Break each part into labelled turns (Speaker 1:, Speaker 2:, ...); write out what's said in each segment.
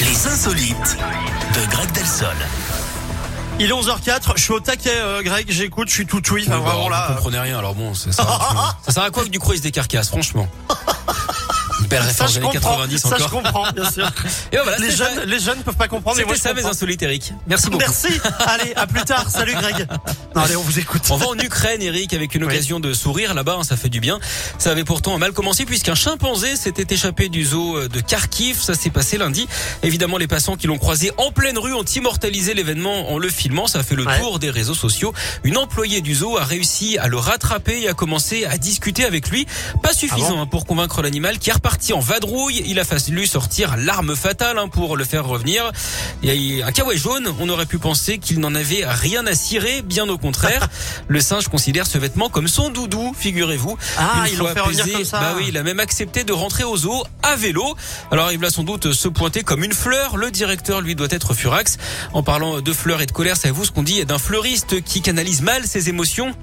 Speaker 1: Les insolites de Greg Delsol.
Speaker 2: Ah, Il est 11h04, je suis au taquet, euh, Greg, j'écoute, je suis tout oui, enfin,
Speaker 3: Bah,
Speaker 2: vraiment
Speaker 3: Vous
Speaker 2: là.
Speaker 3: comprenez rien, alors bon, ça sert, à, quoi ça sert à quoi que du coup il se décarcasse, franchement Une belle
Speaker 2: euh, Ça,
Speaker 3: référence
Speaker 2: je
Speaker 3: des années
Speaker 2: comprends.
Speaker 3: 90
Speaker 2: ça, je
Speaker 3: encore.
Speaker 2: comprends, bien sûr.
Speaker 3: Et ben voilà,
Speaker 2: les,
Speaker 3: c'était ça.
Speaker 2: jeunes, les jeunes peuvent pas comprendre, mais moi,
Speaker 3: C'était
Speaker 2: je
Speaker 3: ça mes
Speaker 2: comprends.
Speaker 3: insolites, Eric. Merci beaucoup.
Speaker 2: Merci. Allez, à plus tard. Salut, Greg. Non, allez, on vous écoute.
Speaker 3: On va en Ukraine, Eric, avec une occasion de sourire là-bas, hein, ça fait du bien. Ça avait pourtant mal commencé puisqu'un chimpanzé s'était échappé du zoo euh, de Kharkiv, ça s'est passé lundi. Évidemment, les passants qui l'ont croisé en pleine rue ont immortalisé l'événement en le filmant, ça a fait le
Speaker 2: Ouais.
Speaker 3: tour des réseaux sociaux. Une employée du zoo a réussi à le rattraper et a commencé à discuter avec lui. Pas suffisant
Speaker 2: Ah
Speaker 3: hein, pour convaincre l'animal qui est reparti en vadrouille, il a fallu sortir l'arme fatale hein, pour le faire revenir. Il y a un kawaii jaune, on aurait pu penser qu'il n'en avait rien à cirer, bien au contraire. Le singe considère ce vêtement comme son doudou, figurez-vous.
Speaker 2: Ah,
Speaker 3: Une
Speaker 2: ils l'ont
Speaker 3: fois
Speaker 2: fait revenir
Speaker 3: apaisé,
Speaker 2: comme ça.
Speaker 3: Bah oui, il a même accepté de rentrer au zoo à vélo. Alors il va sans doute se pointer comme une fleur. Le directeur, lui, doit être furax. En parlant de fleurs et de colère, savez-vous ce qu'on dit d'un fleuriste qui canalise mal ses émotions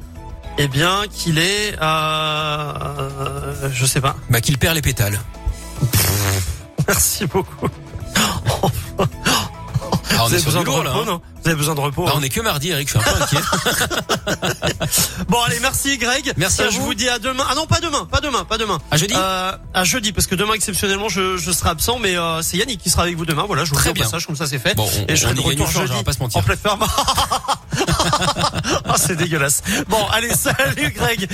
Speaker 2: Eh bien, qu'il est, euh, euh, je sais pas.
Speaker 3: Bah qu'il perd les pétales.
Speaker 2: Merci beaucoup.
Speaker 3: Ah, on est
Speaker 2: vous avez
Speaker 3: sur
Speaker 2: besoin
Speaker 3: du
Speaker 2: de
Speaker 3: lourd, là,
Speaker 2: repos,
Speaker 3: hein.
Speaker 2: non Vous avez besoin de repos.
Speaker 3: Bah,
Speaker 2: hein.
Speaker 3: on est que mardi, Eric, je suis un peu inquiet.
Speaker 2: Bon, allez, merci, Greg. Euh,
Speaker 3: Merci à
Speaker 2: Je
Speaker 3: vous.
Speaker 2: vous dis à demain. Ah non, pas demain, pas demain, pas demain.
Speaker 3: À jeudi.
Speaker 2: Euh, à jeudi, parce que demain exceptionnellement je, je serai absent, mais euh, c'est Yannick qui sera avec vous demain. Voilà, je vous
Speaker 3: Très
Speaker 2: le dis au
Speaker 3: bien.
Speaker 2: passage, comme ça c'est fait.
Speaker 3: Bon, on-
Speaker 2: et je
Speaker 3: on
Speaker 2: serai de
Speaker 3: y gagne
Speaker 2: retour
Speaker 3: une chance,
Speaker 2: jeudi
Speaker 3: on va pas se mentir.
Speaker 2: en pleine forme. Ah, c'est dégueulasse. Bon, allez, salut Greg.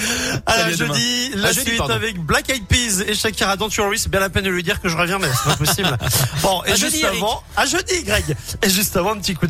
Speaker 2: À
Speaker 3: Salut, à
Speaker 2: jeudi, la
Speaker 3: À jeudi,
Speaker 2: suite
Speaker 3: pardon.
Speaker 2: avec Black Eyed Peas et Shakira. Don't you worry, c'est bien la peine de lui dire que je reviens, mais c'est pas possible. Bon, et
Speaker 3: À
Speaker 2: juste
Speaker 3: jeudi, Eric.
Speaker 2: avant, à jeudi, Greg. Et juste avant, un petit coup de